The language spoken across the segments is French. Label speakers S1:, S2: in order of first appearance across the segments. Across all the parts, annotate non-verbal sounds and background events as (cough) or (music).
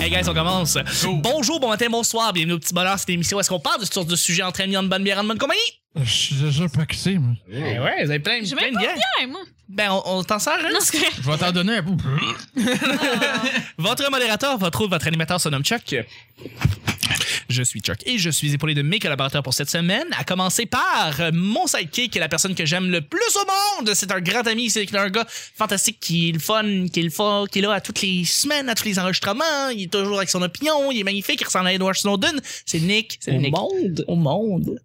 S1: Hey guys, on commence. Bonjour, bon matin, bonsoir, bienvenue au petit bonheur, c'est l'émission. où Est-ce qu'on parle de ce genre de sujet entre amis, en bonne bière, en bonne compagnie?
S2: Euh, Je suis déjà paxé, moi.
S1: Ben ouais, vous avez plein,
S3: J'ai
S1: plein
S3: même
S1: de
S3: pas
S1: bières.
S3: de bière, Ah, moi.
S1: Ben, on, on t'en sert, hein?
S3: Non, c'est correct.
S2: Je vais t'en donner un bout.
S1: (laughs) Votre modérateur, votre hôte, votre animateur se nomme Chuck. Je suis Chuck et je suis épaulé de mes collaborateurs pour cette semaine, à commencer par euh, mon sidekick, qui est la personne que j'aime le plus au monde. C'est un grand ami, c'est un gars fantastique qui est le fun, qui est le fun, qui est là à toutes les semaines, à tous les enregistrements. Il est toujours avec son opinion, il est magnifique, il ressemble à Edward Snowden. C'est Nick. C'est Nick.
S4: monde.
S1: Au monde.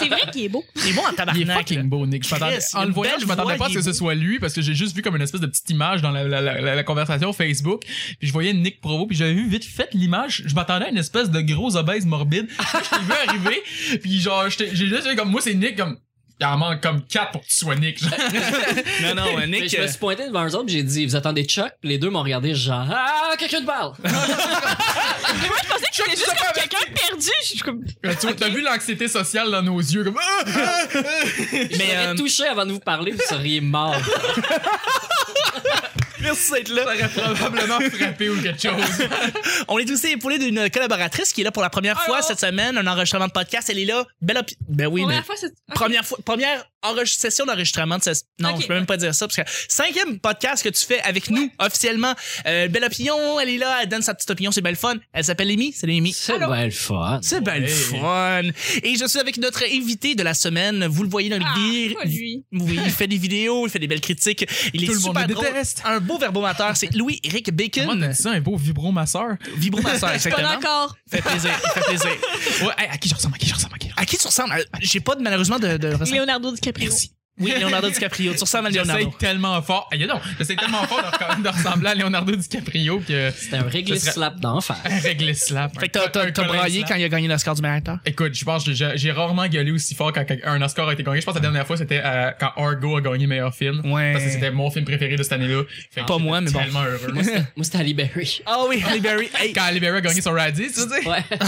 S3: C'est vrai qu'il est (laughs) beau.
S1: Il est bon en
S2: Il
S1: tabarnak.
S2: est
S1: là.
S2: fucking beau, Nick. Je m'attendais-
S1: Chris,
S2: en
S1: une
S2: le voyant,
S1: belle
S2: je m'attendais
S1: voix,
S2: pas à
S1: il
S2: ce que
S1: est
S2: ce
S1: beau.
S2: soit lui parce que j'ai juste vu comme une espèce de petite image dans la, la- la- la- la conversation Facebook. Puis je voyais Nick Provo, puis j'avais vu vite fait l'image. Je m'attendais à une espèce de gros obèse morbide. (laughs) Là, je t'ai vu arriver, puis genre, j'étais- j'ai juste vu comme moi, c'est Nick, comme. Il en manque comme 4 pour que tu sois Nick. (laughs) genre.
S1: Non, non, euh,
S4: Mais
S1: Nick.
S4: je me suis pointé devant eux autres, puis j'ai dit, vous attendez Chuck, puis les deux m'ont regardé genre, ah, quelqu'un de parle.
S3: Mais moi, je pensais que c'était
S2: Chuck,
S3: juste
S2: ça
S3: comme
S2: fait
S3: quelqu'un de perdu. Je suis comme.
S2: Là, tu vois, T'as vu l'anxiété sociale dans nos yeux, comme. Ah, ah,
S4: Je
S1: Mais,
S4: m'aurais
S1: euh,
S4: touché avant de vous parler, vous seriez mort.
S1: Merci d'être là.
S2: probablement frappé ou quelque chose.
S1: On est aussi épaulé d'une collaboratrice qui est là pour la première
S4: Allô?
S1: fois cette semaine, un enregistrement de podcast. Elle est là. Belle opi- Ben oui,
S3: Pour
S1: mais-
S3: la fois, c'est. Ok.
S1: Première fois, première enregistre- session d'enregistrement de ce- Non,
S3: Ok.
S1: je peux même pas dire ça parce que cinquième podcast que tu fais avec nous officiellement. Euh, belle opinion, elle est là, elle donne sa petite opinion, c'est belle fun. Elle s'appelle Amy, c'est Amy.
S4: C'est
S1: Allô?
S4: bien le fun.
S1: C'est belle
S2: Ouais.
S1: fun. Et je suis avec notre invité de la semaine. Vous le voyez dans le
S3: Ah,
S1: vir-
S3: pas lui.
S1: Oui, il fait des vidéos, il fait des belles critiques. Il
S2: Tout
S1: est
S2: le monde
S1: super
S2: le
S1: drôle.
S2: déteste.
S1: Un beau verbomateur, c'est Louis Eric
S2: Comment on a
S1: Bacon.
S2: dit ça, un beau vibromasseur?
S1: Vibromasseur,
S3: (laughs) Pas
S1: exactement.
S3: encore.
S1: Fait plaisir, fait plaisir.
S2: Ouais, hey, à qui je ressemble, à qui je ressemble, à qui je ressemble?
S1: À qui tu ressembles Euh, J'ai pas de- malheureusement de, de ressemblance.
S3: Leonardo DiCaprio.
S1: Merci. Oui, Leonardo DiCaprio. Tu ressembles à
S2: J'essaie
S1: Leonardo.
S2: tellement fort. Ah, non, j'essaie tellement fort de, de ressembler à Leonardo DiCaprio que.
S4: C'était un réglisse
S2: Ce serait-
S4: slap d'enfer.
S2: Un réglé slap.
S1: Fait que t'as-
S2: Un
S1: t'as t'as
S2: Colin
S1: braillé
S2: slap.
S1: quand il a gagné l'Oscar du meilleur acteur.
S2: Écoute, je pense que j'ai- j'ai rarement gueulé aussi fort quand un Oscar a été gagné. Je pense que la dernière fois, c'était euh, quand Argo a gagné meilleur film.
S1: Ouais.
S2: Parce que c'était mon film préféré de cette année-là. Fait que
S1: Pas moi, mais
S2: j'étais
S1: bon.
S2: tellement heureux.
S4: Moi, c'était Ali Berry.
S1: Ah oui, Halle Berry. Hey,
S2: quand Libera a gagné son Radis, tu sais.
S4: Ouais.
S3: Il,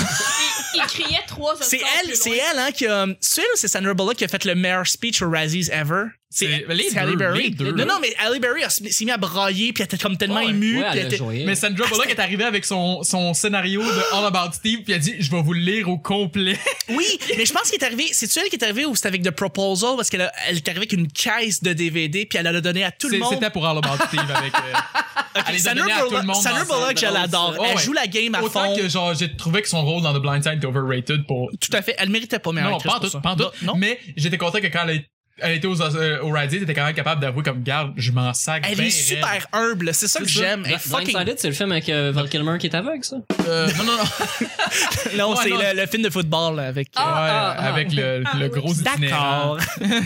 S3: il criait trois
S1: c'est
S3: Oscars
S1: elle,
S3: plus
S1: c'est
S3: loin.
S1: elle, hein, qui a. C'est elle ou c'est Sandra Bullock qui a fait le meilleur speech au Razzies ever?
S2: C'est- les
S1: Halle
S2: deux,
S1: Berry.
S2: les deux.
S1: Non, non, mais Halle Berry a- s'est mise à brailler, puis elle était comme tellement
S2: Ouais,
S1: émue. puis
S4: Ouais,
S1: elle
S4: elle a
S1: était-
S4: joué.
S2: Mais Sandra Bullock est arrivée avec son, son scénario de All About Steve, puis elle a dit Je vais vous le lire au complet.
S1: Oui, mais je pense qu'il est arrivé. C'est-tu elle qui est arrivée ou c'est avec The Proposal? Parce qu'elle a- elle est arrivée avec une caisse de DVD, puis elle l'a donné à tout le
S2: C'est-
S1: monde.
S2: C'était pour All About Steve
S1: (laughs)
S2: avec. euh, elle les a
S1: Sandra
S2: donnés à tout le
S1: Bullock-
S2: monde
S1: Sandra
S2: dans-
S1: Bullock, je
S4: dans-
S1: l'adore.
S2: Oh,
S1: Elle
S2: ouais.
S1: joue la game à
S2: Autant
S1: fond.
S2: que genre j'ai trouvé que son rôle dans The Blind Side était overrated pour
S1: Tout à fait. Elle méritait pas meilleure
S2: non
S1: actrice
S2: pas en
S1: pour
S2: tout,
S1: ça.
S2: pas en tout.
S1: Non.
S2: mais j'étais content que quand elle, est- elle était aux, euh, au Radis était quand même capable d'avouer comme garde je m'en sac
S1: Elle
S2: ben
S1: est super humble, c'est ça que
S2: C'est ça.
S1: j'aime. Elle est
S4: Bl-
S1: fucking.
S4: Blindsided, c'est le film avec euh, Val Kilmer qui est aveugle, ça.
S2: raide.
S4: (laughs)
S2: Euh,
S1: (laughs)
S2: non non non Ouais,
S1: Non,
S2: Ouais,
S1: c'est
S2: non.
S1: le, le film de football là, avec. euh,
S4: Ah, ah,
S2: avec le,
S3: Ah,
S2: le
S3: oui.
S2: gros itinérant.
S1: (laughs) D'accord.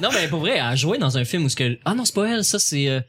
S4: Non, mais pour vrai, elle a joué dans un film où ce que. Ah non, c'est pas elle, ça, c'est. euh,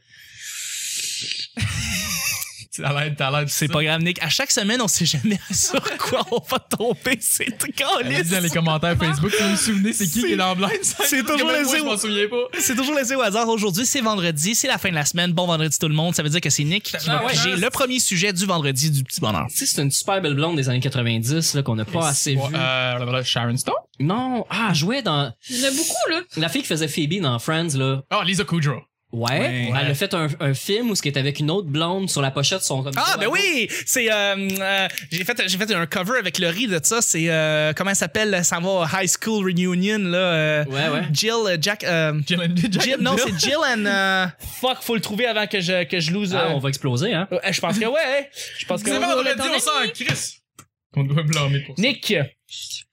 S2: t'as l'air t'as l'air
S1: C'est pas grave, Nick. À chaque semaine, on sait jamais (laughs) sur quoi on va tomber. C'est
S2: Elle dit
S1: caliste.
S2: dans les commentaires Facebook si vous vous souvenez c'est qui
S1: C'est-
S2: qui est dans Blind Side
S1: c'est toujours le
S2: Même moi je
S1: zéro.
S2: m'en souviens pas
S1: C'est toujours laissé au hasard. Aujourd'hui, c'est vendredi, c'est la fin de la semaine. Bon vendredi tout le monde. Ça veut dire que c'est Nick qui
S2: Ah
S1: va
S2: ouais.
S1: piger le premier sujet du vendredi du petit bonheur.
S4: Tu sais, c'est une super belle blonde des années 90 là, qu'on n'a pas assez
S2: Ouais,
S4: vue.
S2: euh, blablabla, Sharon Stone
S4: Non, ah, elle jouait dans.
S3: Il y en a beaucoup, là.
S4: La fille qui faisait Phoebe dans Friends, là.
S2: oh Lisa Kudrow
S4: Ouais.
S1: Ouais.
S4: Elle a fait un, un film où ce qui est avec une autre blonde sur la pochette sont comme.
S1: Ah ben oui, c'est euh, euh, j'ai fait j'ai fait un cover avec le riz de ça. C'est euh, comment elle s'appelle Ça va High School Reunion là. euh,
S4: Ouais,
S2: (laughs)
S4: ouais.
S1: Jill, euh, Jack, euh,
S2: Jill and Jack
S1: Jill,
S2: and
S1: non,
S2: Jill.
S1: c'est Jill and euh, fuck, faut le trouver avant que je que je lose.
S4: Ah,
S1: euh,
S4: on va exploser, hein.
S1: euh, je pense que ouais. Je pense que
S2: c'est vendredi on sort un Chris qu'on doit blâmer pour ça
S1: Nick,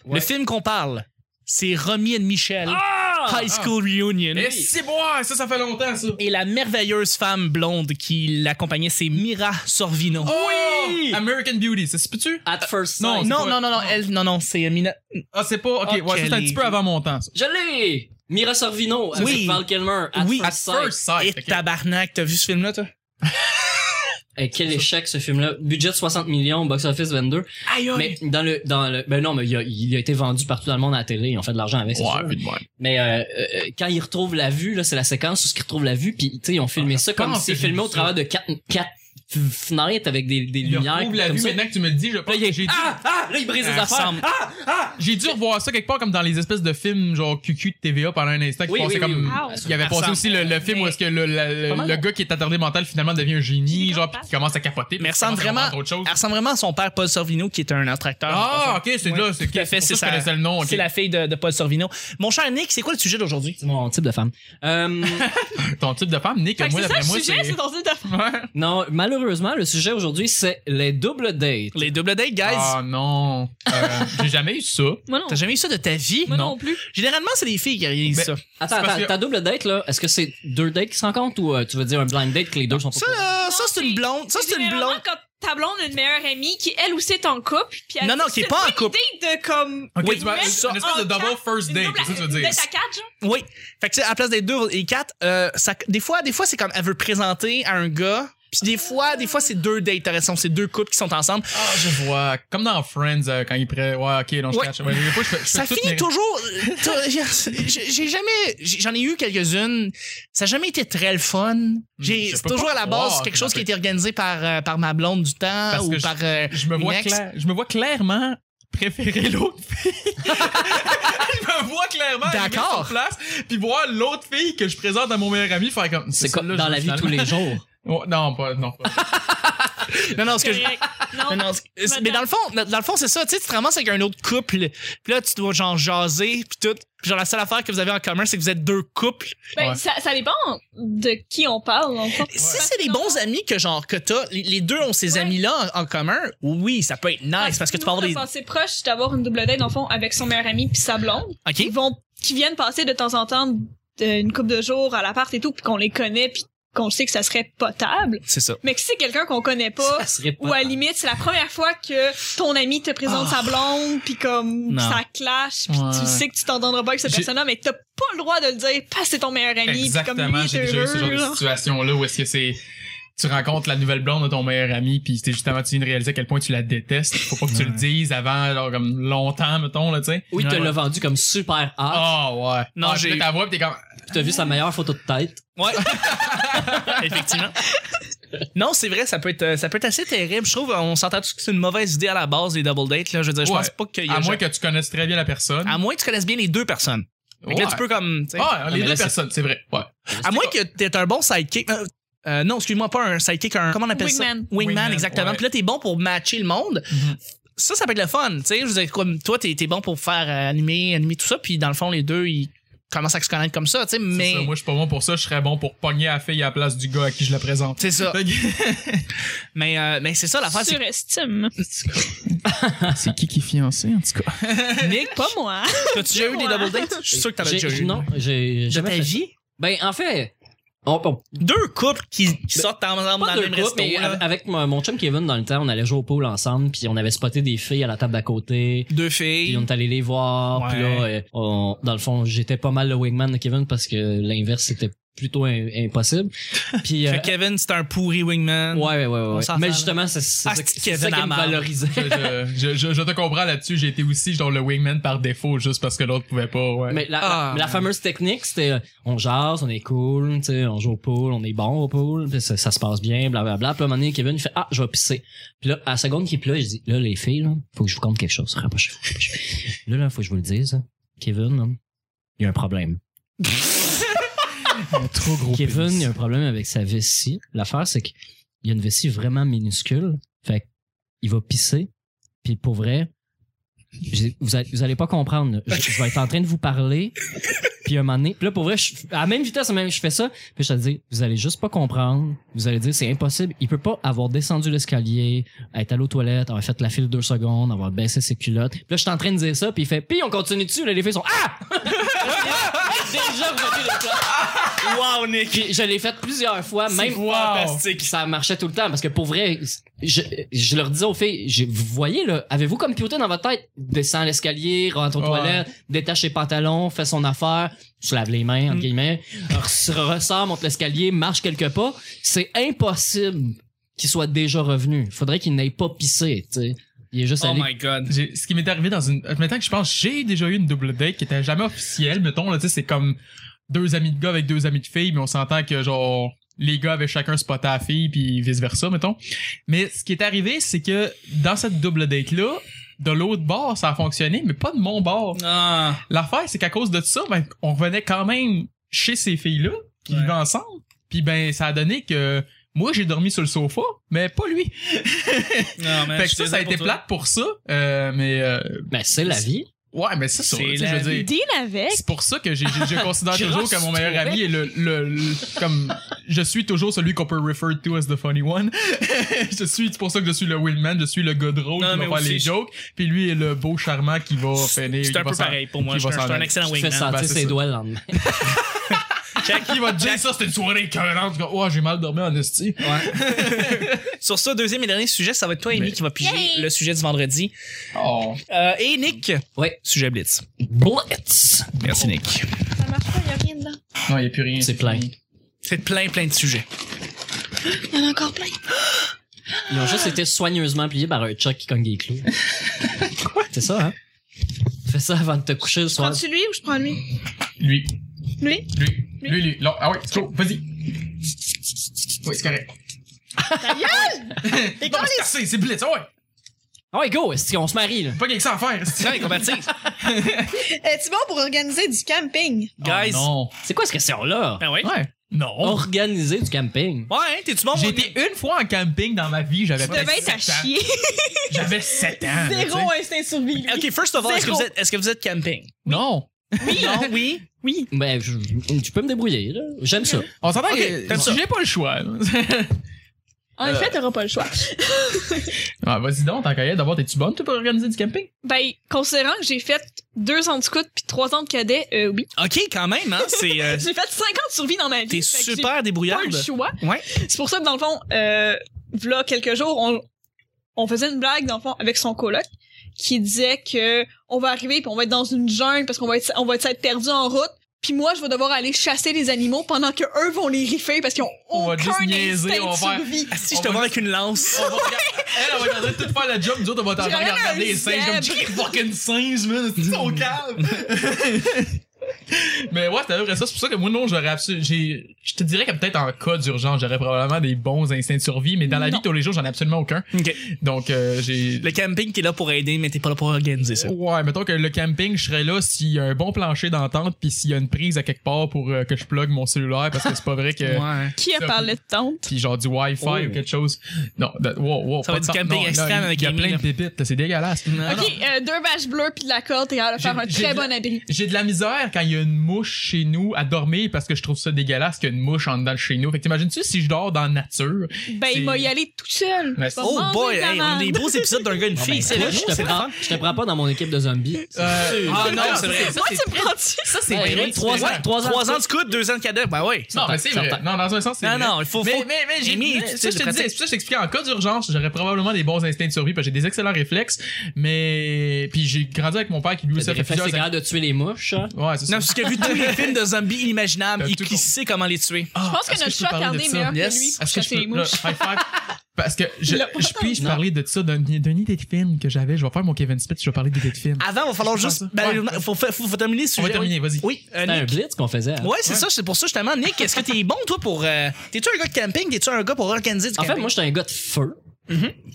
S1: le film qu'on parle, c'est Romy et Michel,
S2: Ah,
S1: High School Reunion.
S2: Eh, c'est boire ça ça fait longtemps ça
S1: Et la merveilleuse femme blonde qui l'accompagnait, c'est Mira Sorvino.
S2: Oh! American Beauty, ça se peut-tu?
S4: At first sight.
S2: non,
S1: non,
S2: c'est
S1: non, non, non, elle, non, non, c'est Mina.
S2: Ah, c'est pas. Ok,
S1: Ah,
S2: ouais, ça, c'est un
S1: Kelly.
S2: petit peu avant mon temps. ça.
S4: Je l'ai! Mira Sorvino avec
S1: Oui.
S4: Val Kilmer. At
S1: Oui.
S4: first
S2: At
S4: sight.
S2: first sight.
S1: Et
S2: ok.
S1: tabarnak, t'as vu ce film-là, toi?
S4: Eh, quel échec ce film-là. Budget 60 millions, box-office 22.
S1: Aïe,
S4: Mais dans le, dans le, ben non, mais il a, il a été vendu partout dans le monde à la télé. Ils ont fait de l'argent avec, c'est sûr.
S2: Ouais, puis de même.
S4: Mais euh, euh, quand ils retrouvent la vue, là, c'est la séquence où ils retrouvent la vue, puis tu sais, ils ont filmé
S2: Ah, je
S4: ça comme
S2: pense
S4: si c'est
S2: que j'ai
S4: filmé
S2: vu
S4: au
S2: ça.
S4: travers de quatre, quatre f- fenêtre avec des, des
S2: Il
S4: lumières.
S2: retrouve la
S4: comme
S2: vue
S4: ça.
S2: maintenant que tu me le dis, je pense
S4: Là, il y a-
S2: que j'ai dû-
S4: ah, ah, là, il brise les
S1: Ah,
S4: affaires.
S1: semble-
S4: Ah, ah!
S2: J'ai dû revoir ça quelque part comme dans les espèces de films genre QQ de TVA pendant un instant qui
S4: Oui,
S2: passait
S4: oui,
S2: comme
S4: oui,
S3: oui.
S2: il y avait passé
S1: Ensemble.
S2: aussi le, le film où est-ce que le, la- le-
S4: Pas mal. hein?
S2: le gars qui est attardé mental finalement devient un
S3: J'ai
S2: génie
S3: des
S2: genre
S3: grandes
S2: puis qui commence à capoter puis
S1: Mais
S2: qui
S1: ressemble
S2: commence à
S1: vraiment,
S2: inventer autre chose.
S1: elle ressemble vraiment à son père Paul Sorvino qui est un instructeur.
S2: Ah OK, c'est
S1: Ouais,
S2: là c'est
S1: tout à fait,
S2: pour ça
S1: c'est
S2: que je
S1: ça.
S2: connaissais le nom. ok.
S1: C'est la fille de, de Paul Sorvino. Mon cher Nick, c'est quoi le sujet d'aujourd'hui?
S4: C'est mon type de femme.
S1: (laughs)
S4: Euh,
S2: Ton type de femme Nick
S3: Fait que
S2: moi
S3: c'est ça
S2: d'après
S3: le
S2: moi
S3: sujet, c'est dans une affaire.
S2: Ouais.
S4: non, malheureusement, le sujet aujourd'hui, c'est les doubles dates.
S1: Les double dates, guys.
S2: Ah non, Euh, j'ai jamais eu ça.
S3: Moi non.
S1: T'as jamais eu ça de ta vie?
S3: Moi non plus.
S1: Généralement, c'est les filles qui réalisent
S2: Mais-
S1: ça.
S4: Attends,
S2: C'est parce
S4: attends,
S2: que-
S4: ta double date, là, est-ce que c'est deux dates qui se rencontrent ou euh, tu veux dire un blind date que les deux sont pas
S1: Ça,
S4: courants?
S1: euh, ça c'est une
S3: c'est-
S1: blonde. Ça, c'est une
S3: généralement
S1: blonde.
S3: quand ta blonde a une meilleure amie qui elle aussi est en couple puis elle
S1: Non, non, qui est
S3: c'est
S1: pas
S3: une
S1: en couple.
S3: idée de comme
S2: OK,
S1: Oui,
S2: tu vas-
S3: mais
S2: une
S3: ça,
S2: espèce de
S3: en
S2: double
S3: quatre,
S2: first
S3: une
S2: date,
S3: double-
S2: c'est ça que tu veux
S3: une
S2: dire.
S3: date à quatre genre
S1: Oui. Fait que, tu sais, à la place des deux et quatre, euh, ça, des fois, des fois, c'est comme elle veut présenter à un gars. Puis des fois, des fois, c'est deux dates, t'as raison, c'est deux couples qui sont ensemble.
S2: Ah, je vois. Comme dans Friends, euh, quand il prêt. Ouais, ok, non, je
S1: Ouais.
S2: cache. Ouais, des fois, je fais- je
S1: Ça
S2: fais toutes
S1: finit
S2: mes-
S1: toujours. t'as- (laughs) J'ai j'ai jamais, j'ai- j'en ai eu quelques-unes. Ça a jamais été très le fun. J'ai
S2: Hmm, Je
S1: c'est
S2: peux
S1: toujours
S2: pas
S1: à la base
S2: croire
S1: quelque
S2: que
S1: chose
S2: ça
S1: qui a
S2: fait-
S1: été organisé par euh, par ma blonde du temps
S2: Parce
S1: ou
S2: que je-
S1: par.
S2: (laughs)
S1: euh,
S2: Je me, vois
S1: une ex.
S2: clair- je me vois clairement préférer l'autre fille. (laughs) je me vois clairement arriver
S1: D'accord.
S2: sur place puis voir l'autre fille que je présente à mon meilleur ami faire comme
S4: C'est comme
S2: celle-là,
S4: dans
S2: je-
S4: la vie de tous
S2: finalement.
S4: les jours.
S2: Ouais, non pas non pas.
S1: Non non, ce que je- (laughs)
S3: Correct.
S1: Non,
S3: non
S1: non, c'est- mais dans le fond, dans le fond, c'est ça. Tu sais, tu te ramasses avec un autre couple, puis là, tu dois genre jaser, puis tout. Puis genre, la seule affaire que vous avez en commun, c'est que vous êtes deux couples.
S3: ben,
S2: Ouais.
S3: ça, ça dépend de qui on parle en fait.
S1: Si c'est des bons amis que genre que t'as, les, les deux ont ces
S3: Ouais.
S1: amis-là en, en commun, oui, ça peut être nice Ah, parce que tu peux avoir des.
S3: pensé proche d'avoir une double date dans le fond avec son meilleur ami puis sa blonde
S1: Ok.
S3: ils vont qui viennent passer de temps en temps de- une couple de jours à l'appart et tout puis qu'on les connaît puis qu'on sait que ça serait potable
S1: C'est ça.
S3: mais que si c'est quelqu'un qu'on connaît pas
S4: Ça
S1: (laughs)
S4: serait pas.
S3: Ou à la limite, c'est la première fois que ton ami te présente
S1: Ah.
S3: sa blonde, puis comme
S1: Non.
S3: ça clash, puis
S2: Ouais.
S3: tu sais que tu t'entendras pas avec cette
S2: J'ai-
S3: personne-là, mais t'as pas le droit de le dire parce que c'est ton meilleur ami, puis comme
S2: Exactement,
S3: lui
S2: j'ai
S3: est
S2: déjà eu ce genre
S3: heureux.
S2: de
S3: genre.
S2: situation là où est-ce que c'est tu rencontres la nouvelle blonde de ton meilleur ami puis c'est justement tu viens de réaliser à quel point tu la détestes, faut pas que tu le
S1: Ouais.
S2: dises avant genre comme longtemps mettons là, tu sais.
S4: Oui, tu
S1: Ouais.
S4: l'as vendu comme super hot.
S2: Ah ouais.
S1: Non,
S2: Ah, puis
S1: j'ai-
S2: là, ta voix puis t'es comme
S4: puis t'as vu sa meilleure photo de tête.
S1: Ouais. (laughs) Effectivement. Non, c'est vrai, ça peut être, euh, ça peut être assez terrible. Je trouve, on s'entend tous que c'est une mauvaise idée à la base les double dates. Là, je veux dire, je
S2: Ouais.
S1: pense pas qu'il y a
S2: à
S1: genre-
S2: moins que tu connaisses très bien la personne.
S1: à moins que tu connaisses bien les deux personnes. Fait que là,
S2: Ouais.
S1: tu peux comme. tu sais,
S2: Ah,
S4: mais
S2: les
S4: là,
S2: deux
S4: c'est-
S2: personnes, c'est vrai. Ouais.
S1: à moins que t'aies un bon sidekick. euh, euh, non, excuse-moi, pas un sidekick, un. Comment on appelle
S3: Wingman.
S1: ça? Wingman.
S2: Wingman,
S1: exactement.
S2: ouais.
S1: Puis là, t'es bon pour matcher le monde.
S2: Mhm.
S1: Ça, ça peut être le fun. Tu sais, je veux dire, comme toi, t'es t'es bon pour faire euh, animer, animer tout ça. Puis dans le fond, les deux, ils commencent à se connaître comme ça. Tu sais,
S2: C'est
S1: mais.
S2: ça, moi, je suis pas bon pour ça. Je serais bon pour pogner la fille à la place du gars à qui je la présente.
S1: C'est ça. (laughs) Mais, euh, mais c'est ça l'affaire. c'est
S3: Surestime.
S2: C'est qui qui est fiancé, en tout cas?
S1: que Nick,
S3: Pas moi.
S1: (laughs) t'as-tu déjà eu des double dates? Je suis sûr que t'en as
S4: J'ai-
S1: déjà eu.
S4: Non, j'ai
S1: De
S4: jamais
S1: ta
S4: fait-
S1: vie?
S4: Ben, en fait, on, on-
S1: Deux couples qui, qui
S4: Mais-
S1: sortent ensemble dans
S4: pas deux
S1: le même
S4: couples,
S1: resto.
S4: mais
S1: là.
S4: avec, avec mon, mon chum Kevin, dans le temps, on allait jouer au pool ensemble, puis on avait spoté des filles à la table d'à côté.
S1: Deux
S4: Puis
S1: filles.
S4: on est allé les voir,
S1: Ouais.
S4: puis là, euh, on- dans le fond, j'étais pas mal le wingman de Kevin parce que l'inverse c'était plutôt im- impossible.
S1: (laughs)
S4: Puis euh,
S1: Fait que Kevin, c'était un pourri wingman.
S4: ouais, ouais, ouais, ouais.
S1: s'en
S4: Mais
S1: parle.
S4: justement, c'est c'est
S1: Ah,
S4: ça,
S1: c'est
S4: qui- c'est
S1: Kevin
S4: ça qui
S1: à
S4: me
S1: marre.
S4: valorisait.
S2: je, je- je- je te comprends là-dessus. J'ai été aussi, genre, le wingman par défaut, juste parce que l'autre pouvait pas, ouais.
S4: (laughs) Mais la,
S1: Ah.
S4: la- la fameuse technique, c'était euh, on jase, on est cool, tu sais, on joue au pool, on est bon au pool, puis ça, ça se passe bien, blablabla. Puis là, à un moment donné, Kevin, il fait Ah, je vais pisser. Puis là, à la seconde qu'il pleut, je dis Là, les filles, là, faut que je vous compte quelque chose. Rapprochez-vous. rapprochez-vous. Là, là, faut que je vous le dise. hein. Kevin, là, il y a un problème.
S2: Un trop gros
S4: Kevin,
S2: pénis.
S4: il y a un problème avec sa vessie. L'affaire, c'est qu'il y a une vessie vraiment minuscule. Fait qu'il va pisser. Puis pour vrai, j'ai- vous allez, vous allez pas comprendre. là. Je, je vais être en train de vous parler. Puis un moment donné, puis là, pour vrai, je- à la même vitesse, même, je fais ça. Puis je te dis, vous allez juste pas comprendre. Vous allez dire, c'est impossible. Il peut pas avoir descendu l'escalier, être allé aux toilettes, avoir fait la file deux secondes, avoir baissé ses culottes. Puis là, je suis en train de dire ça. Puis il fait, puis on continue dessus. Là, les filles sont, ah! Déjà revenu les plans.
S1: Wow, Nick.
S4: Puis je l'ai fait plusieurs fois, même
S2: wow.
S4: fantastique. Ça marchait tout le temps parce que pour vrai, je, je leur disais aux filles, je- vous voyez là, avez-vous computé dans votre tête, descend l'escalier, rentre aux
S2: Ouais.
S4: toilettes, détache ses pantalons, fait son affaire, se lave les
S2: Mm.
S4: mains entre guillemets, re- ressort, monte l'escalier, marche quelques pas, c'est impossible qu'il soit déjà revenu. Faudrait qu'il n'ait pas pissé, tu sais. Il est juste
S1: Oh
S4: allé.
S1: my god.
S2: J'ai- ce qui m'est arrivé dans une maintenant que je pense j'ai déjà eu une double date qui était jamais officielle mettons là tu sais c'est comme deux amis de gars avec deux amis de filles mais on s'entend que genre les gars avaient chacun spoté à la fille, puis vice-versa, mettons. Mais ce qui est arrivé, c'est que dans cette double date-là, de l'autre bord, ça a fonctionné, mais pas de mon bord.
S1: Ah.
S2: L'affaire, c'est qu'à cause de ça, ben, on revenait quand même chez ces filles-là, qui
S1: Ouais.
S2: vivaient ensemble. Puis ben, ça a donné que moi, j'ai dormi sur le sofa, mais pas lui.
S1: Non, mais
S2: fait que ça, ça a été plate pour ça. Euh, mais euh,
S4: Mais ben, c'est la vie.
S2: ouais, mais ça,
S1: C'est
S2: c'est tu sais,
S1: la
S2: je veux dire,
S3: Deal avec.
S2: c'est pour ça que j'ai- j'ai- je
S1: (laughs)
S2: considère toujours que mon meilleur ami est le, le, le- comme je suis toujours celui qu'on peut refer to as the funny one. (laughs) je suis c'est pour ça que je suis le wingman, je suis le gars drôle
S1: Non,
S2: qui
S1: mais
S2: va faire les
S1: aussi,
S2: jokes, puis lui est le beau charmant qui va finir,
S1: C'est
S2: qui
S1: un
S2: va
S1: peu
S2: s'en-
S1: pareil pour moi.
S2: qui
S1: Je
S2: va
S1: suis un- je suis
S2: s'en
S1: un excellent
S4: Tu fais
S1: wingman.
S4: sentir
S2: ben, c'est
S4: ses
S2: ça.
S4: doigts le lendemain.
S2: (laughs) Qui va
S1: (laughs)
S2: te dire ça, c'était une soirée écœurante. Tu vas, Oh, j'ai mal dormi en esti.
S1: Sur ce, deuxième et dernier sujet, ça va être toi, Amy,
S2: Mais-
S1: qui va piger
S3: Yay!
S1: le sujet du vendredi.
S2: Oh.
S1: Euh, et Nick.
S4: Ouais.
S1: Sujet Blitz.
S4: Blitz!
S1: Merci, Nick.
S3: Ça marche pas, y a rien dedans.
S2: Non, il a plus rien.
S4: C'est plein.
S1: C'est plein, plein de sujets.
S3: Y en a encore plein.
S4: Ils ont juste été soigneusement pliés par un Chuck qui cogne des clous. C'est ça, hein? Fais ça avant de te coucher le soir.
S3: Prends-tu lui ou je prends lui?
S2: Lui.
S3: Lui?
S2: Lui. Lui, lui. Non. Ah ouais, let's go. Vas-y. Oui, c'est correct.
S3: Ta gueule!
S2: (laughs) Non, mais c'est assez, c'est blitz. Ah ouais.
S4: Ah ouais, go! est-ce qu'on se marie, là?
S2: Pas rien que ça à faire. esti.
S1: Tiens,
S2: (laughs)
S1: convertis.
S2: Oh
S3: Es-tu bon pour organiser du camping?
S1: Guys.
S2: Oh,
S4: C'est quoi cette question-là?
S1: ben ouais.
S2: non. Ouais. Non.
S4: Organiser du camping.
S1: Ouais, hein, t'es-tu bon?
S2: J'ai
S1: mon-
S2: été une fois en camping dans ma vie, j'avais
S3: Oh, Tu devais être à
S2: sept ans.
S3: chier.
S2: J'avais 7 ans. là, tu sais.
S3: Zéro instinct de survie. lui.
S1: Ok, first of all, est-ce que,
S3: Zéro.
S1: vous êtes, est-ce que vous êtes camping?
S2: Non. hein.
S1: Non, oui.
S3: Oui.
S4: Ben, je- tu peux me débrouiller, là. J'aime ça.
S2: On s'entend
S1: Ok,
S2: que
S1: t'aimes ça.
S2: si j'ai pas le choix. là.
S3: (laughs) En effet, t'auras pas le choix.
S2: ah, vas-y donc, tant qu'à y être, d'abord, t'es-tu bonne, toi, pour organiser du camping?
S3: Ben, considérant que j'ai fait deux ans de scout puis trois ans de cadet, euh, oui.
S1: (laughs) Ok, quand même, hein. C'est,
S3: (laughs)
S1: euh,
S3: J'ai fait 50 survies dans ma vie.
S1: t'es
S3: fait que j'ai
S1: super
S3: pas eu
S1: débrouillarde.
S3: le choix.
S1: Ouais.
S3: C'est pour ça que dans le fond, euh, v'là quelques jours, on, on faisait une blague dans le fond avec son coloc qui disait que on va arriver puis on va être dans une jungle parce qu'on va être on va être perdu en route. Puis moi, je vais devoir aller chasser les animaux pendant que eux vont les riffer parce qu'ils ont
S2: On va
S3: aucun
S2: juste
S3: instinct
S2: niaiser, on va faire-
S3: de survie.
S1: Ah, si je
S2: On
S1: te
S2: va-
S1: vois avec une lance.
S2: On va
S3: (laughs)
S2: regarder- Elle, elle va regarder tout faire la job, nous autres, on va t'en
S3: J'aurais
S2: regarder
S3: un
S2: regarder les singes comme
S3: zèbre.
S2: check les fucking singes, man. C'est
S3: (laughs)
S2: au calme. (laughs) Mais ouais, c'était à peu près ça. C'est pour ça que moi, non, j'aurais absolument. Je te dirais que peut-être en cas d'urgence, j'aurais probablement des bons instincts de survie, mais dans la vie
S3: Non.
S2: de tous les jours, j'en ai absolument aucun.
S1: Ok.
S2: Donc, euh, j'ai.
S1: Le camping, t'es là pour aider, mais t'es pas là pour organiser ça.
S2: Ouais, mettons que le camping, je serais là s'il y a un bon plancher d'entente puis s'il y a une prise à quelque part pour euh, que je plug mon cellulaire parce que c'est pas vrai que
S1: Ouais.
S3: Qui a
S2: Ça-
S3: parlé de tente?
S2: puis genre du wifi
S4: Oh.
S2: ou quelque chose. Non, that- wow, wow,
S1: Ça
S2: pas
S1: va être du
S2: de tente,
S1: camping
S2: non,
S1: extrême
S2: non,
S1: avec
S2: Il y a
S1: Amy,
S2: plein
S1: là.
S2: de pépites, là, c'est dégueulasse.
S1: Non.
S3: ok, euh, deux bâches bleues puis de la corde, t'es capable de faire
S2: Ah J'ai-
S3: un
S2: j'ai
S3: très
S2: de
S3: bon
S2: la-
S3: abri.
S2: J'ai de la misère quand il y a une mouche chez nous à dormir parce que je trouve ça dégueulasse qu'il y a une mouche en dedans de chez nous. Fait que t'imagines-tu si je dors dans la nature?
S3: Ben,
S2: C'est-
S3: il va y aller tout seul.
S2: Mais
S3: Il va
S1: Oh
S3: manger
S1: boy,
S3: de la
S1: hey, on a
S3: (laughs) merde.
S1: des beaux épisodes d'un gars et une fille, c'est
S4: Moi,
S1: vrai.
S4: je te, prends, je te prends pas dans mon équipe de zombies.
S2: Euh,
S1: (laughs) Ah non, c'est vrai.
S2: Ça,
S3: Moi,
S2: c'est-
S3: tu me prends-tu?
S2: ça, c'est
S4: Hey,
S2: vrai.
S4: trois
S2: c'est
S4: ans-
S2: vrai.
S4: trois ans.
S1: Trois ans de scout, deux ans de cadet. Ben ouais.
S2: Non, mais c'est vrai.
S4: Certain.
S2: Non, dans un sens, c'est
S1: Non,
S2: vrai.
S1: non, il faut.
S2: mais,
S1: faut-
S2: mais, mais j'ai
S1: Amy,
S2: mais
S1: tu sais,
S2: ça, je
S1: de
S2: te dis,
S1: pratique.
S2: c'est pour ça que je t'expliquais en cas d'urgence, j'aurais probablement des bons instincts de survie parce que j'ai des excellents réflexes, mais puis j'ai grandi avec mon père qui lui
S4: T'as
S2: aussi
S4: des
S2: a fait
S4: réflexes,
S2: plusieurs
S4: t'es capable de tuer les mouches, hein?
S2: Ouais, c'est ça.
S1: Non, parce que vu tous les films de zombies inimaginables,
S2: T'as
S1: il
S2: tout
S1: qui
S2: compris.
S1: sait comment les tuer.
S2: Ah,
S3: Je pense que
S2: est-ce
S3: notre
S2: je peux
S3: chat
S2: parler de
S3: Cardé est
S2: ça?
S3: meilleur
S1: Yes.
S3: que lui pour
S2: Est-ce que je
S3: chasser les
S2: peux- là,
S3: mouches.
S2: high five. Parce que je,
S3: Il l'a pas
S2: je puis-je
S4: Non.
S2: parler de ça, d'un d'un idée de film que j'avais. Je vais faire mon Kevin Smith, je vais parler d'idée de film.
S1: Avant, il va falloir
S2: Je
S1: juste.
S2: pense ça.
S1: ben,
S2: Ouais.
S1: faut, fa- faut, faut terminer le
S2: On
S1: sujet.
S2: va terminer, vas-y.
S1: Oui, euh,
S4: C'était un
S1: Nick.
S4: blitz qu'on faisait. hein?
S1: Ouais, c'est
S2: Ouais.
S1: ça, c'est pour ça justement. Nick, est-ce que t'es bon, toi, pour. euh, T'es-tu un gars de camping? T'es-tu un gars pour organiser du
S4: En fait,
S1: camping?
S4: moi, j'étais un gars de feu.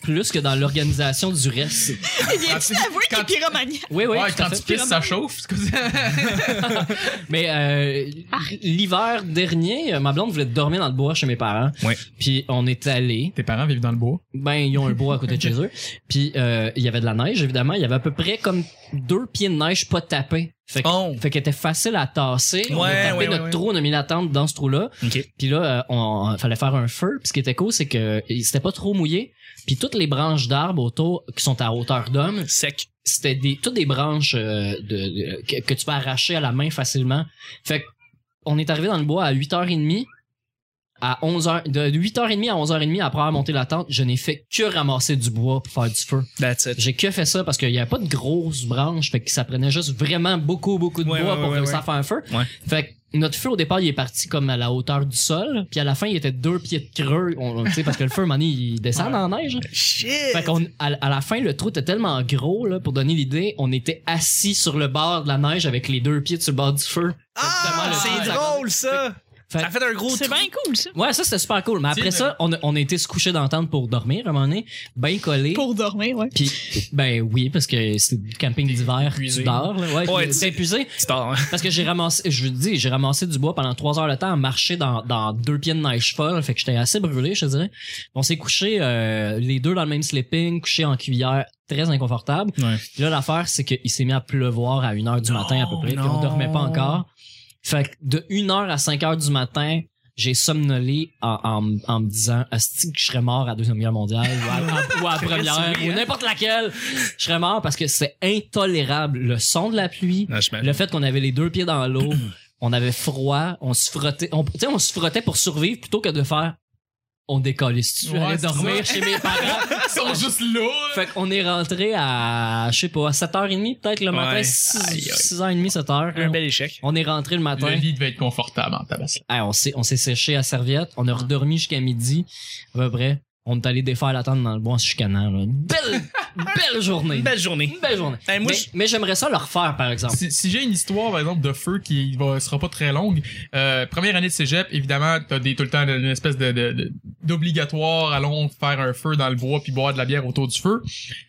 S4: Plus que dans l'organisation du reste.
S3: (laughs) Il vient-tu d'avouer qu'il
S2: Quand-
S3: est pyromaniaque?
S4: Oui, oui,
S2: ouais,
S4: tout
S2: quand
S4: à
S2: tu
S4: fait.
S2: pisses, ça chauffe. c'est comme ça.
S4: Mais euh, l'hiver dernier, euh, ma blonde voulait dormir dans le bois chez mes parents.
S1: Ouais.
S4: Puis on est allé.
S2: Tes parents vivent dans le bois.
S4: Ben, ils ont un bois à côté de chez eux. Puis euh, il y avait de la neige, évidemment. Il y avait à peu près comme deux pieds de neige pas tapés. Fait que-
S1: Oh.
S4: Fait qu'elle était facile à tasser. on a
S1: Ouais,
S4: tapé
S1: ouais,
S4: notre
S1: ouais,
S4: trou, on a mis la tente dans ce trou-là.
S1: Ok.
S4: Puis là, euh, on, on- fallait faire un feu. Puis ce qui était cool, c'est que il- c'était pas trop mouillé. Puis toutes les branches d'arbres autour qui sont à hauteur d'homme,
S1: Sec.
S4: c'était des toutes des branches euh, de, de- que, que tu peux arracher à la main facilement. Fait que on est arrivé dans le bois à 8h30 à 11h de 8h30 à 11h30 après avoir monté la tente, je n'ai fait que ramasser du bois pour faire du feu.
S1: That's it.
S4: J'ai que fait ça parce qu'il n'y avait pas de grosses branches, fait que ça prenait juste vraiment beaucoup, beaucoup de
S1: Ouais,
S4: bois
S1: ouais,
S4: pour
S1: ouais,
S4: réussir
S1: ouais.
S4: à faire un feu.
S1: Ouais.
S4: Fait que notre feu, au départ, il est parti comme à la hauteur du sol, puis à la fin, il était deux pieds de creux, on, tu sais, parce que le feu, à un moment donné, il descend dans la neige.
S1: Shit!
S4: Fait qu'on, à, à la fin, le trou était tellement gros, là, pour donner l'idée, on était assis sur le bord de la neige avec les deux pieds sur le bord du feu.
S1: Ah,
S4: Exactement, le-
S1: c'est drôle, ça!
S4: Fait-
S1: Ça a fait un gros
S3: C'est
S1: trou.
S3: bien cool, ça.
S4: Ouais, ça c'était super cool. Mais après
S2: Tiens,
S4: ça, on a, on a été se coucher d'entente pour dormir à un moment donné, bien collé.
S3: Pour dormir, ouais.
S4: Puis, ben oui, parce que c'est le camping d'hiver,
S1: épuisé.
S4: tu dors, là. Ouais,
S1: Ouais,
S4: puis
S1: tu-
S4: t'es épuisé.
S1: Tu dors, hein?
S4: Parce que j'ai ramassé, je vous le dis, j'ai ramassé du bois pendant trois heures de temps à marcher dans, dans deux pieds de neige folle. Fait que j'étais assez brûlé, je te dirais. On s'est couché euh, les deux dans le même sleeping, couché en cuillère, très inconfortable.
S1: Ouais.
S4: Puis là, l'affaire, c'est qu'il s'est mis à pleuvoir à une heure du
S1: Non,
S4: matin à peu près, puis
S1: non.
S4: on dormait pas encore. Fait que de une heure à cinq heures du matin, j'ai somnolé en, en, m- en me disant Asti que je serais mort à la Deuxième Guerre mondiale
S1: (laughs)
S4: ou à, ou à la Première
S1: oui, hein.
S4: ou n'importe laquelle. Je serais mort parce que c'est intolérable. Le son de la pluie,
S1: Non, je m'en-
S4: le fait qu'on avait les deux pieds dans l'eau, on avait froid, on se frottait, on, tu sais, on se frottait pour survivre plutôt que de faire on décolle. Si tu
S2: Ouais,
S4: allais
S2: c'est
S4: dormir
S2: ça.
S4: chez mes parents,
S1: (laughs)
S2: Ils sont juste là.
S4: fait qu'on est rentré à, je sais pas, à 7h30 peut-être le matin,
S1: Ouais. Aïe, aïe.
S4: 6h30, 7h.
S1: Un bel échec.
S4: On est rentré le matin.
S2: Le lit devait être confortable en tabac.
S4: Hey, on s'est on s'est séché à serviette, on a redormi jusqu'à midi. À peu près, on est allé défaire la tente dans le bois en se chicanant. là. Belle, belle journée.
S1: Une belle journée.
S4: Une belle journée.
S1: Hey, moi,
S4: mais
S1: je-
S4: mais j'aimerais ça le refaire, par exemple.
S2: Si, si j'ai une histoire, par exemple, de feu qui va, sera pas très longue, euh, première année de cégep, évidemment, t'as des, tout le temps une espèce de, de- de- d'obligatoire, allons faire un feu dans le bois puis boire de la bière autour du feu.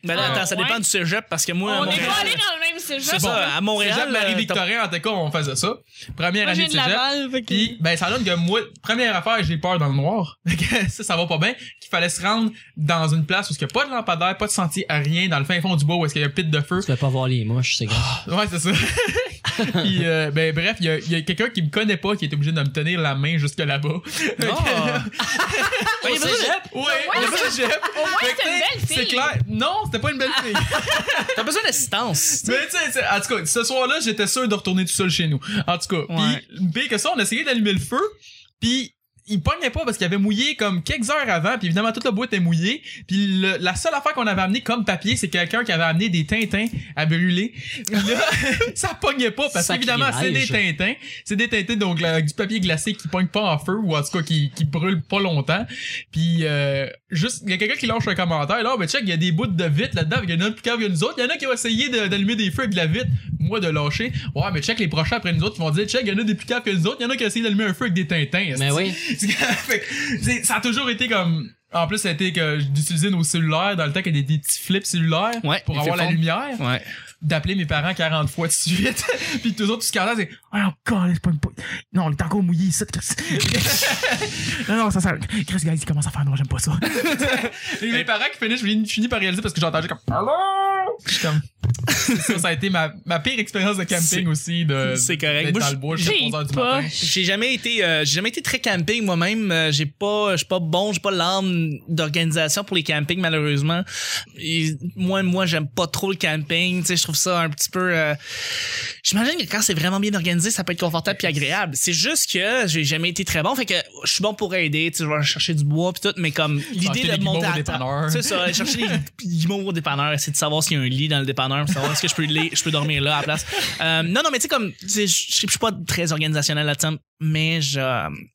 S1: Mais là,
S2: Ah,
S1: ben, attends, ça
S3: ouais.
S1: dépend du cégep parce que moi, à
S3: on est
S1: Montréal-
S3: pas allé dans le même cégep.
S1: C'est ça, à Montréal, euh,
S2: Cégep Marie-Victorin, en tout cas, on faisait ça. Première
S3: Moi, je
S2: année
S3: viens
S2: de
S3: de
S2: cégep.
S3: Laval, fait que-
S2: Puis, ben, ça donne que moi, première affaire, j'ai peur dans le noir. (laughs) ça, ça va pas bien. Qu'il fallait se rendre dans une place où il n'y a pas de lampadaire, pas de sentier, rien, dans le fin fond du bois où est-ce qu'il y a un pit de feu.
S4: Tu vas pas voir les mouches, c'est grave.
S2: Ouais, c'est ça. Puis, euh, ben, bref, il y a, il y a quelqu'un qui me connaît pas qui est obligé de me tenir la main jusque (laughs) là-bas.
S1: Ah. Ouais, il y a besoin de-
S2: Ouais, au cégep.
S3: Au moins,
S2: Fait que,
S3: c'est une
S2: tu sais,
S3: belle fille.
S2: C'est clair. Non, c'était pas une belle fille.
S1: T'as besoin d'assistance.
S2: Mais tu sais, tu sais, en tout cas, ce soir-là, j'étais sûr de retourner tout seul chez nous. En tout cas,
S1: Ouais.
S2: puis pire que ça, on a essayé d'allumer le feu, puis il pognait pas parce qu'il avait mouillé comme quelques heures avant, puis évidemment toute la boîte était mouillée. Puis le- la seule affaire qu'on avait amené comme papier, c'est quelqu'un qui avait amené des tintins à brûler. Puis là, (laughs) ça pognait pas parce
S4: Sacrilège.
S2: qu'évidemment c'est des tintins, c'est des tintins donc là, avec du papier glacé qui pogne pas en feu ou en tout cas qui qui brûle pas longtemps. Puis euh, juste, il y a quelqu'un qui lâche un commentaire. Là, mais check, il y a des bouts de vitre là-dedans. Il y en a plus cave que nous autres. Il y en a qui ont essayé de- d'allumer des feux avec de la vitre. Moi, de lâcher. Ouais, mais check, les prochains après nous autres, ils vont dire, check, il y en a des plus caves que nous autres. Il y en a qui ont essayé d'allumer un feu avec des tintins.
S1: Ah,
S4: Mais oui.
S2: (laughs) Fait que, c'est- ça a toujours été comme. En plus, ça a été que d'utiliser nos cellulaires dans le temps qu'il y a des, des petits flips cellulaires
S1: Ouais,
S2: pour
S1: les
S2: avoir la
S1: flips-phones.
S2: lumière,
S1: Ouais.
S2: d'appeler mes parents 40 fois de suite, (laughs) puis tous autres, tout ce qu'ils entendent, c'est « Oh, God, c'est pas une... po- Non, on est encore mouillé ici, Chris. (laughs) non, non, ça, ça... Chris, guys, il commence à faire noir, j'aime pas ça. » (laughs) Et mes parents qui finissent, je finis- je finis par réaliser parce que j'entendais comme « Allô? » Je suis comme... C'est ça, ça a été ma, ma pire expérience de
S1: C'est-
S2: camping aussi, de...
S1: c'est correct.
S2: d'être
S1: Moi,
S2: dans
S1: je-
S2: le bois jusqu'à
S3: J'ai
S2: 3 heures du
S3: pas.
S2: matin.
S1: J'ai jamais été, euh, j'ai jamais été très camping moi-même. Euh, J'ai pas, je suis pas bon, j'ai pas l'âme d'organisation pour les campings malheureusement. Et moi, moi, j'aime pas trop le camping. Tu sais, je trouve ça un petit peu. euh, J'imagine que quand c'est vraiment bien organisé, ça peut être confortable puis agréable. C'est juste que j'ai jamais été très bon. Fait que je suis bon pour aider. Tu sais, je vais chercher du bois puis tout, mais comme
S2: Acheter
S1: l'idée
S2: des
S1: de
S2: guimauves
S1: monter
S2: au
S1: à
S2: dépanneur.
S1: table, c'est ça. aller Chercher
S2: (laughs)
S1: des guimauves au dépanneur, essayer de savoir s'il y a un lit dans le dépanneur, pour savoir est-ce que je peux lire- je peux dormir là à la place. Euh, non, non, mais tu sais, comme, tu sais, je je- je suis pas très organisationnel là-dedans, mais je,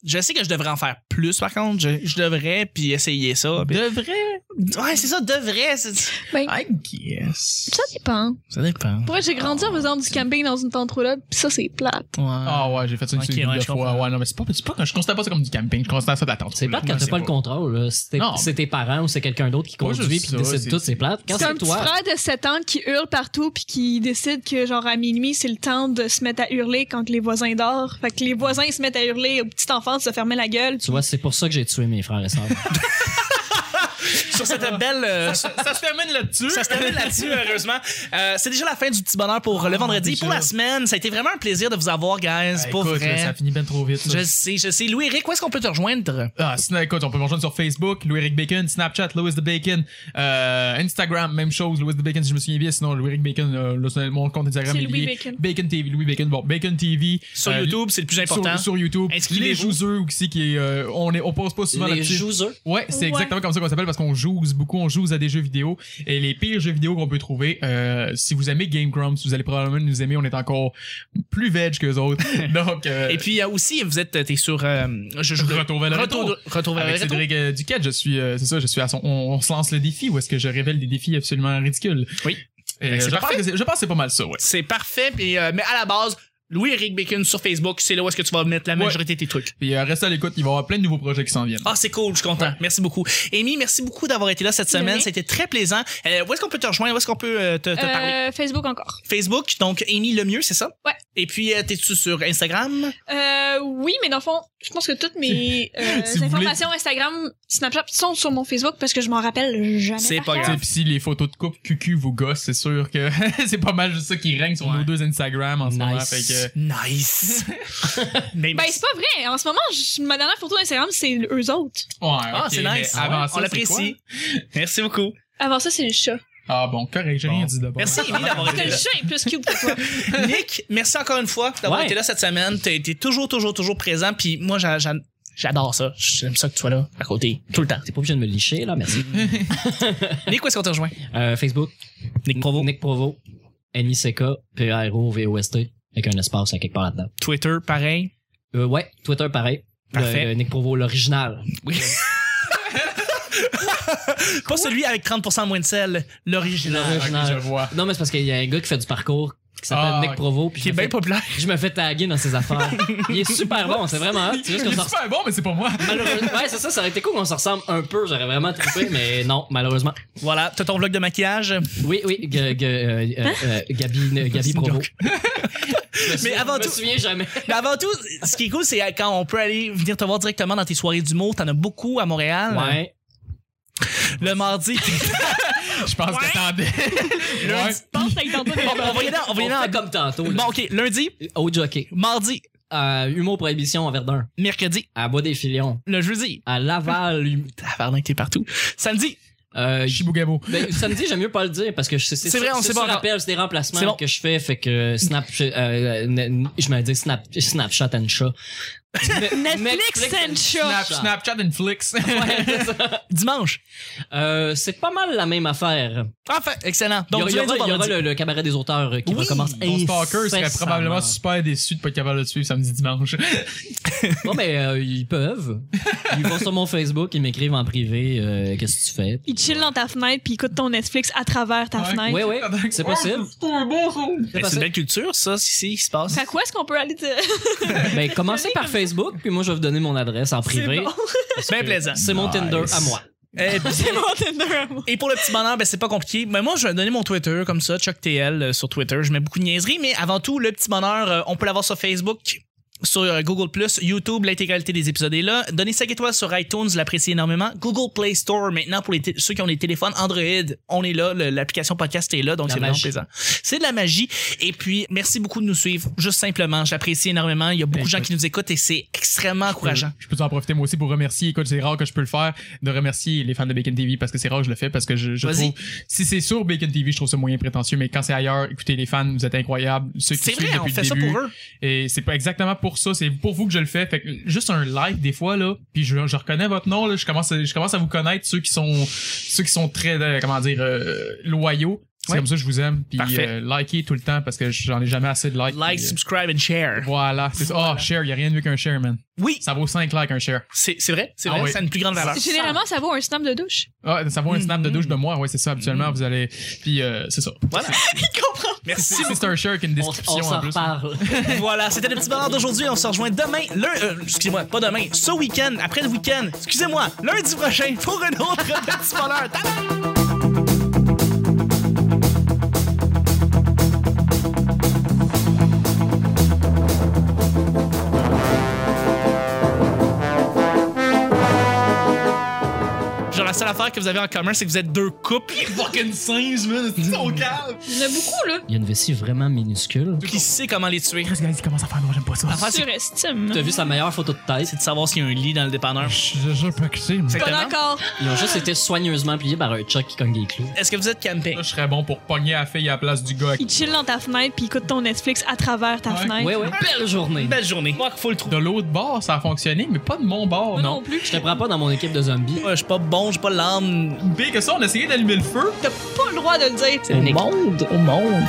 S1: je sais que je devrais en faire plus, par contre. Je, je devrais, puis essayer ça. puis-
S2: De vrai?
S1: Ouais, c'est ça, devrais. c'est-
S2: I guess.
S3: Ça dépend.
S1: Ça dépend.
S3: Moi, j'ai grandi en faisant du camping dans une tente roulable, pis ça, c'est plate.
S2: Ah ouais, j'ai fait ça une
S1: Ok,
S2: seule
S1: ouais,
S2: de
S1: je
S2: fois.
S1: comprends.
S2: Ouais, non, mais c'est pas, c'est pas, je considère pas ça comme du camping, je considère ça de la tente.
S4: C'est plate quand
S2: Moi,
S4: t'as pas le contrôle. là. C'est tes-
S2: Non.
S4: c'est tes parents ou c'est quelqu'un d'autre qui
S2: Pas
S4: conduit
S2: juste
S4: puis
S2: ça,
S4: qui décide
S2: c'est-
S4: tout, c'est plate. Quand
S3: C'est un
S4: c'est
S3: petit
S4: toi,
S3: frère de 7 ans qui hurle partout puis qui décide que genre à minuit c'est le temps de se mettre à hurler quand les voisins dorment. Fait que les voisins se mettent à hurler aux petites enfants de se fermer la gueule.
S4: tu vois, c'est pour ça que j'ai tué mes frères et sœurs.
S1: Sur cette belle. euh,
S2: Ça se termine là-dessus.
S1: Ça se termine là-dessus, heureusement. Euh, c'est déjà la fin du petit bonheur pour le vendredi.
S2: Ah, déjà.
S1: Pour la semaine, ça a été vraiment un plaisir de vous avoir, guys.
S2: Ah,
S1: pour
S2: écoute,
S1: vrai.
S2: là, ça finit bien trop vite. ça.
S1: Je sais, je sais. Louis, Eric, où est-ce qu'on peut te rejoindre?
S2: Ah, sinon, écoute, on peut me rejoindre sur Facebook, Louis-Éric Bacon, Snapchat, Louis the Bacon, euh, Instagram, même chose, Louis the Bacon, si je me souviens bien. Sinon, Louis-Éric Bacon, euh, là, c'est mon compte Instagram
S3: C'est
S2: est lié.
S3: Louis Bacon.
S2: Bacon TV, Louis Bacon, bon, Bacon TV.
S1: Sur
S2: euh,
S1: YouTube, c'est le plus
S2: sur-
S1: important.
S2: Sur, YouTube.
S1: Inscrivez-vous.
S2: Les jouseux aussi, qui est, euh, on est, on passe pas souvent
S4: les
S2: là-dessus.
S4: jouseux.
S2: Ouais, c'est
S3: Ouais.
S2: exactement comme ça qu'on s'appelle parce qu'on joue beaucoup, on joue à des jeux vidéo et les pires jeux vidéo qu'on peut trouver. euh, si vous aimez Game Grumps, vous allez probablement nous aimer. On est encore plus veg que les autres. (laughs) Donc, euh,
S1: Et puis euh, aussi, vous êtes t'es sur euh, je joue
S2: Retour vers le
S1: retour,
S2: rétro.
S1: retour vers le
S2: avec
S1: rétro.
S2: Cédric euh, Duquette, je suis, euh, c'est ça, je suis à son. On, on se lance le défi ou est-ce que je révèle des défis absolument ridicules
S1: Oui.
S2: Et euh,
S1: Fait que c'est
S2: je, pense
S1: parfait.
S2: que c'est- je pense que c'est pas mal ça, ouais.
S1: C'est parfait. puis, euh, mais à la base, Louis-Éric Bacon sur Facebook, c'est là où est-ce que tu vas mettre la
S2: Ouais.
S1: majorité de tes trucs.
S2: Puis euh, restez à l'écoute, il va y avoir plein de nouveaux projets qui s'en viennent.
S1: Ah, c'est cool, je suis content. Merci beaucoup. Amy, merci beaucoup d'avoir été là cette
S3: De
S1: semaine.
S3: rien.
S1: C'était très plaisant. Euh, où est-ce qu'on peut te rejoindre? Où est-ce qu'on peut euh, te, te parler?
S3: Euh, Facebook encore.
S1: Facebook, donc Amy Lemieux, c'est ça?
S3: Ouais.
S1: Et puis, euh, t'es-tu sur Instagram?
S3: Euh, oui, mais dans le fond, je pense que toutes mes euh,
S2: Si vous
S3: informations Instagram, Snapchat sont sur mon Facebook parce que je m'en rappelle jamais.
S1: C'est
S3: par
S1: pas
S3: cœur.
S1: grave.
S2: Tu sais, pis si les photos de couple cucu vous gossent, c'est sûr que (laughs) c'est pas mal juste ça qui règne sur
S1: Ouais.
S2: nos deux Instagram en ce moment.
S4: Nice.
S2: Fait que...
S1: Nice! Mais
S3: Ben,
S1: merci.
S3: c'est pas vrai. En ce moment, je- ma dernière photo Instagram, c'est eux autres.
S2: Ouais,
S1: Ah,
S2: ok,
S1: c'est
S2: mais
S1: nice.
S2: avant
S1: Ouais,
S2: ça,
S1: on
S2: c'est
S1: l'apprécie.
S2: quoi?
S1: Merci beaucoup.
S3: Avant ça, c'est le chat.
S2: Ah bon, correct, j'ai rien
S1: Bon.
S2: dit d'abord.
S1: Merci, Amy, d'avoir
S3: Parce que
S1: été
S3: le
S1: là.
S3: chat est plus cute que
S1: (laughs)
S3: toi.
S1: Nick, merci encore une fois d'avoir
S4: Ouais.
S1: été là cette semaine. T'as été toujours, toujours, toujours présent. Puis moi, j'a- j'a- j'adore ça. J'aime ça que tu sois là, à côté, tout le temps.
S4: T'es pas obligé de me licher, là, merci.
S1: Nick, où est-ce qu'on te rejoint?
S4: Euh, Facebook.
S1: Nick Provo.
S4: Nick Provo. N-I-C-K, P-R-O-V-O-S-T, avec un espace à quelque part là-dedans.
S1: Twitter, pareil.
S4: Euh, ouais, Twitter, pareil. Le-
S1: Parfait.
S4: le Nick Provo, l'original.
S1: Oui. Pas celui avec 30% moins de sel, l'original.
S2: Ok, je vois.
S4: Non, mais c'est parce qu'il y a un gars qui fait du parcours qui s'appelle
S2: Ah,
S4: Nick
S2: ok.
S4: Provo. Puis
S1: Qui est
S4: je, me
S1: bien
S4: fais,
S1: populaire.
S4: je me fais taguer dans ses affaires. Il est super bon, c'est vraiment hot. C'est
S2: Il
S4: juste qu'on
S2: est
S4: s'en ressemble.
S2: super bon, mais (laughs) c'est pas moi.
S4: Malheureusement- Ouais, c'est ça, ça aurait été cool qu'on se ressemble un peu. J'aurais vraiment trippé, mais non, malheureusement.
S1: Voilà, t'as ton vlog de maquillage.
S4: Oui, oui, G- G- euh, euh, euh, Gabi, euh, Gabi
S1: Hein? C'est une
S4: Provo.
S1: joke.
S4: Je me souviens-
S1: avant
S4: Je
S1: tout-
S4: me souviens jamais.
S1: Mais avant tout, ce qui est cool, c'est quand on peut aller venir te voir directement dans tes soirées d'humour. T'en as beaucoup à Montréal.
S4: Ouais.
S1: Le mardi.
S2: Je pense
S1: Ouais.
S2: que t'attendais. Ouais.
S3: Je pense que t'as identifié.
S1: on, ben, on va y aller, on
S4: Ben, On
S1: va y
S4: fait
S1: aller en-
S4: comme tantôt. là.
S1: Bon, OK. Lundi,
S4: Au jockey.
S1: mardi,
S4: Euh, humour prohibition à Verdun.
S1: mercredi,
S4: À Bois des Filions.
S1: le jeudi.
S4: À Laval.
S1: Hein?
S4: hum-
S1: Tabarnak, t'es partout. Samedi,
S4: Euh,
S2: Shibugabo.
S4: Ben, samedi, j'aime mieux pas le dire parce que je- c'est
S1: C'est vrai, on sait pas
S4: Je
S1: encore.
S4: rappelle, c'est des remplacements
S1: C'est bon.
S4: que je fais, fait que Snap, euh, euh, n- je me dis Snap, Snapchat and
S1: (laughs)
S4: Chat.
S3: Netflix and
S2: Snap-
S3: chat.
S2: Snapchat and Flix.
S4: Ouais, c'est ça.
S1: dimanche.
S4: Euh, c'est pas mal la même affaire.
S1: Parfait, excellent. Donc, du
S4: il y aura,
S1: lundi au
S4: il y aura
S1: vendredi.
S4: le, le cabaret des auteurs euh, qui
S1: Oui,
S4: recommence.
S2: Mon stalker serait
S4: incessamment.
S2: probablement
S4: (laughs)
S2: super déçu de pas être capable de le suivre samedi dimanche.
S4: Non, mais euh, ils peuvent. (laughs) Ils vont sur mon Facebook, ils m'écrivent en privé euh, qu'est-ce que tu fais.
S3: Il chill dans ta fenêtre puis il écoute ton Netflix à travers ta
S2: Ouais.
S3: fenêtre.
S4: Oui, oui, c'est possible. C'est
S1: Ben, C'est une
S4: possible.
S1: belle culture, ça, si, si, qui se passe.
S3: Fait quoi est-ce qu'on peut aller te...
S4: Ben, commencez par Facebook, puis moi je vais vous donner mon adresse en
S3: (laughs)
S4: privé.
S3: bon.
S4: Parce
S1: Bien
S4: que
S1: plaisant.
S4: C'est mon
S2: Nice.
S4: Tinder à moi.
S1: Eh, puis-
S3: C'est mon Tinder à moi.
S1: Et pour le petit bonheur, ben, c'est pas compliqué. Mais moi, je vais donner mon Twitter comme ça, ChuckTL euh, sur Twitter. Je mets beaucoup de niaiseries, mais avant tout, le petit bonheur, euh, on peut l'avoir sur Facebook. Sur euh, Google YouTube, l'intégralité des épisodes est là. Donnez 5 étoiles sur iTunes, je l'apprécie énormément. Google Play Store maintenant pour les té- ceux qui ont des téléphones Android, on est là, le- l'application podcast est là, donc
S4: La
S1: c'est vraiment
S4: magie.
S1: plaisant. C'est de la magie. Et puis, merci beaucoup de nous suivre. Juste simplement, je l'apprécie énormément. Il y a beaucoup de gens qui nous écoutent et c'est extrêmement encourageant.
S2: Ben, (laughs) Je peux en profiter moi aussi pour remercier, écoute, c'est rare que je peux le faire, de remercier les fans de Bacon TV parce que c'est rare que je le fais parce que je, je
S1: Vas-y.
S2: trouve, si c'est sur Bacon TV, je trouve ça moyen prétentieux, mais quand c'est ailleurs, écoutez les fans, vous êtes incroyables, ceux qui
S1: C'est
S2: suivent
S1: vrai, on
S2: depuis
S1: fait
S2: le
S1: ça
S2: début.
S1: pour eux.
S2: Et c'est pas exactement pour ça, c'est pour vous que je le fais. Fait que juste un like des fois là, puis je, je reconnais votre nom là, je commence à, je commence à vous connaître ceux qui sont ceux qui sont très euh, comment dire euh, loyaux. C'est
S1: Ouais.
S2: comme ça que je vous aime puis
S1: Parfait.
S2: euh, likez tout le temps parce que j'en ai jamais assez de likes.
S1: Like,
S2: Puis, euh,
S1: subscribe and share.
S2: voilà, c'est ça. Ah, share, y a rien de mieux qu'un share man.
S1: Oui,
S2: Ça vaut 5 likes un share.
S1: c'est c'est vrai, c'est
S2: Ah
S1: vrai,
S2: oui.
S1: ça a une plus grande valeur.
S3: Généralement, ça vaut un snap de douche.
S2: Ah, ça vaut un snap de douche de moi, ouais, c'est ça habituellement, vous allez puis euh, c'est ça. (laughs)
S1: Voilà. Merci.
S2: Si c'est un share qui a une
S4: On,
S2: description
S4: on
S2: en
S4: s'en
S2: plus.
S4: reparle.
S1: voilà, c'était le petit bonheur d'aujourd'hui. On se rejoint demain, le, euh, excusez-moi, pas demain, ce week-end, après le week-end, excusez-moi, lundi prochain pour un autre (laughs) petit bonheur. Ta-da! Genre, la seule affaire que vous avez en commun, c'est que vous êtes deux couples Mhm.
S2: Fucking singe man, c'est son cave.
S3: Il y en a beaucoup, là.
S4: Il y a une vessie vraiment minuscule.
S1: qui sait comment les tuer.
S2: Qu'est-ce qu'il commence à faire moi, j'aime pas ça.
S1: L'affaire, c'est
S3: Surestime.
S4: T'as vu sa meilleure photo de tête.
S1: c'est de savoir s'il y a un lit dans le dépanneur.
S2: Je je peux que c'est. moi.
S1: Exactement.
S3: Pas encore.
S4: Ils ont juste été soigneusement pliés par un Chuck qui cogne des clous.
S1: Est-ce que vous êtes camping?
S2: Là, je serais bon pour pogner la fille à la place du gars.
S3: Il chill dans ta fenêtre puis il écoute ton Netflix à travers ta
S2: Ouais.
S3: fenêtre.
S4: Ouais, ouais. Belle journée.
S1: Une
S3: Ben,
S1: belle journée. Moi, faut le trou.
S2: De l'autre bord, ça a fonctionné, mais pas de mon bord.
S3: Moi non. plus.
S4: Je te prends pas dans mon équipe de zombies.
S1: Ouais, Je suis pas bon, je suis pas l'âme.
S2: Pire que ça, on a essayé d'allumer le feu.
S3: T'as pas le droit de le dire.
S4: Une équipe-
S1: monde, au monde.